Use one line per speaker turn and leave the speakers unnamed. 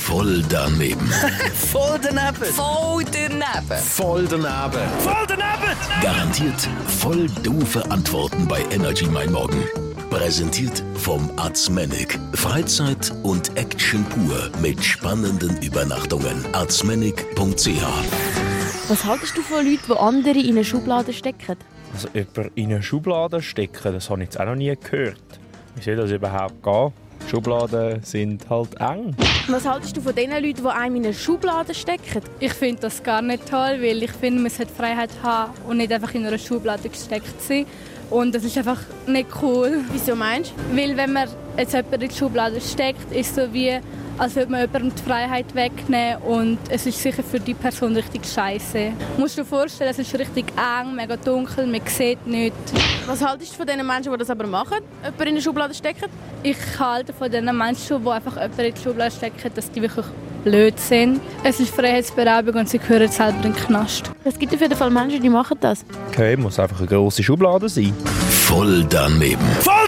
Voll daneben.
Voll daneben.
Voll daneben.
Voll daneben.
Voll daneben.
Garantiert voll doofe Antworten bei Energy Mein Morgen. Präsentiert vom Arzmenig. Freizeit und Action pur mit spannenden Übernachtungen. Arzmenig.ch
Was haltest du von Leuten, die andere in eine Schublade stecken?
Also jemand in eine Schublade stecken, das habe ich jetzt auch noch nie gehört. Wie soll das überhaupt gehen? Schubladen sind halt eng.
Was haltest du von den Leuten, die einem in eine Schublade stecken?
Ich finde das gar nicht toll, weil ich finde, man sollte Freiheit haben und nicht einfach in einer Schublade gesteckt sein. Und das ist einfach nicht cool,
Wieso meinst du?
weil wenn man jetzt jemanden in die Schublade steckt, ist so wie, als würde man jemandem die Freiheit wegnehmen und es ist sicher für die Person richtig scheiße. Musst du dir vorstellen, es ist richtig eng, mega dunkel, man sieht nichts.
Was haltest du von den Menschen, die das aber machen? Jemanden in eine Schublade stecken?
Ich halte von diesen Menschen, die einfach jemanden in die Schublade stecken, dass die wirklich blöd sind. Es ist Freiheitsberaubung und sie gehören selber in den Knast.
Es gibt auf jeden Fall Menschen, die machen das.
Okay, muss einfach eine grosse Schublade sein.
Voll daneben.
Voll